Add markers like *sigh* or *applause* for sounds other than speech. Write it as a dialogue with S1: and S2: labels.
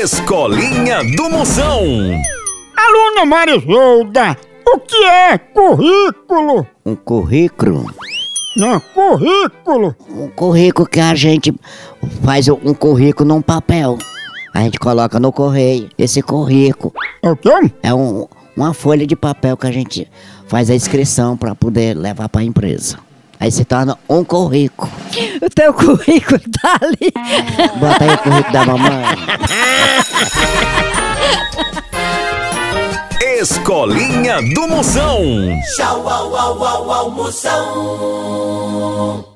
S1: Escolinha do Moção.
S2: Aluna Marisolda, o que é currículo?
S3: Um currículo.
S2: Não, é currículo.
S3: Um currículo que a gente faz um currículo num papel. A gente coloca no correio esse currículo.
S2: É o quê?
S3: É um, uma folha de papel que a gente faz a inscrição para poder levar para a empresa. Aí se torna um currículo.
S4: O teu *laughs* currículo tá ali.
S3: Bota aí o currículo da mamãe.
S1: Escolinha do Moção.
S5: Tchau, au, au, au, almoção.